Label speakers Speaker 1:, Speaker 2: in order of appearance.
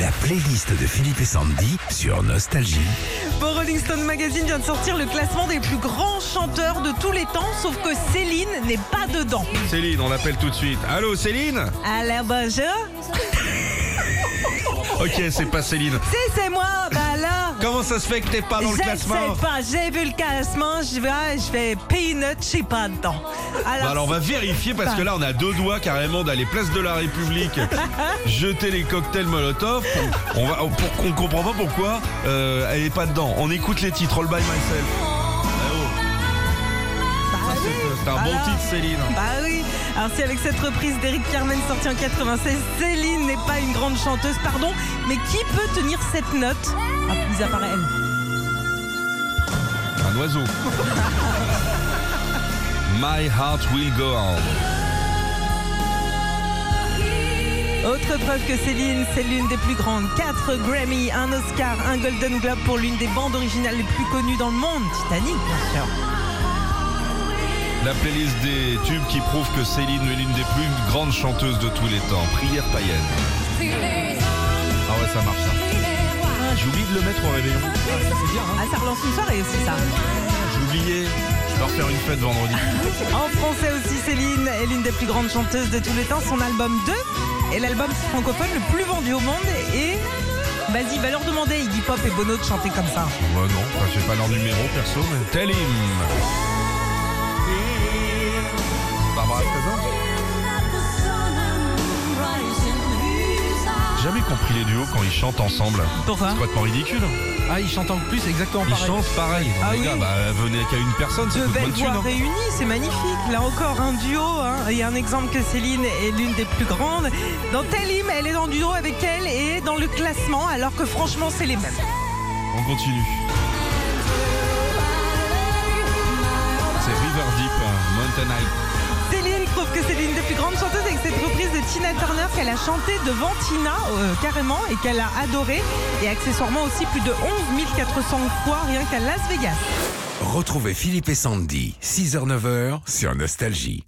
Speaker 1: La playlist de Philippe et Sandy sur Nostalgie.
Speaker 2: Bon, Rolling Stone Magazine vient de sortir le classement des plus grands chanteurs de tous les temps, sauf que Céline n'est pas dedans.
Speaker 3: Céline, on l'appelle tout de suite. Allô Céline
Speaker 2: Alors ben, bonjour,
Speaker 3: Ok, c'est pas Céline.
Speaker 2: si c'est moi, bah alors
Speaker 3: Comment ça se fait que t'es pas dans
Speaker 2: Je ne
Speaker 3: le
Speaker 2: sais
Speaker 3: classement
Speaker 2: pas, j'ai vu le classement, je vais, ah, je vais peanut, je suis pas dedans.
Speaker 3: Bah alors on va vérifier parce que là on a deux doigts carrément d'aller place de la République jeter les cocktails Molotov. On va, pour, on comprend pas pourquoi euh, elle est pas dedans. On écoute les titres All by Myself.
Speaker 2: bah oui,
Speaker 3: C'est un bon
Speaker 2: alors-
Speaker 3: titre Céline.
Speaker 2: Bah oui. Alors si avec cette reprise d'Eric Carmen sortie en 96, Céline n'est pas une grande chanteuse, pardon, mais qui peut tenir cette note Ah, Mis à part elle.
Speaker 3: Un oiseau. My heart will go on.
Speaker 2: Autre preuve que Céline, c'est l'une des plus grandes. 4 Grammy, un Oscar, un Golden Globe pour l'une des bandes originales les plus connues dans le monde, Titanic bien sûr.
Speaker 3: La playlist des tubes qui prouve que Céline est l'une des plus grandes chanteuses de tous les temps. Prière païenne. Ah ouais, ça marche ça. Ah, J'ai oublié de le mettre au réveillon.
Speaker 2: Ah, ça relance une soirée aussi ça.
Speaker 3: J'ai oublié. Je vais refaire une fête vendredi.
Speaker 2: En français aussi, Céline est l'une des plus grandes chanteuses de tous les temps. Son album 2 est l'album francophone le plus vendu au monde et... Vas-y, va leur demander Iggy Pop et Bono de chanter comme ça.
Speaker 3: Bah non, enfin, j'ai pas leur numéro perso, mais. Tell him. Barbara Streisand J'ai Jamais compris les duos quand ils chantent ensemble.
Speaker 2: Pourquoi
Speaker 3: C'est complètement ridicule.
Speaker 4: Ah, il chante en plus exactement
Speaker 3: Ils
Speaker 4: pareil.
Speaker 3: chantent pareil.
Speaker 2: Ah
Speaker 3: les
Speaker 2: oui.
Speaker 3: gars, bah, venez qu'à une personne, c'est
Speaker 2: De
Speaker 3: tout de
Speaker 2: belles
Speaker 3: bonne thune,
Speaker 2: voix
Speaker 3: hein.
Speaker 2: réunies, c'est magnifique. Là encore, un duo. hein. Il y a un exemple que Céline est l'une des plus grandes. Dans Telim, elle est dans le duo avec elle et dans le classement, alors que franchement, c'est les mêmes.
Speaker 3: On continue. C'est River Deep, hein, Mountain High.
Speaker 2: Céline trouve que c'est l'une des plus grandes chanteuses avec cette reprise de Tina Turner qu'elle a chantée devant Tina, euh, carrément, et qu'elle a adorée. Et accessoirement aussi plus de 11 400 fois rien qu'à Las Vegas.
Speaker 1: Retrouvez Philippe et Sandy, 6h-9h sur Nostalgie.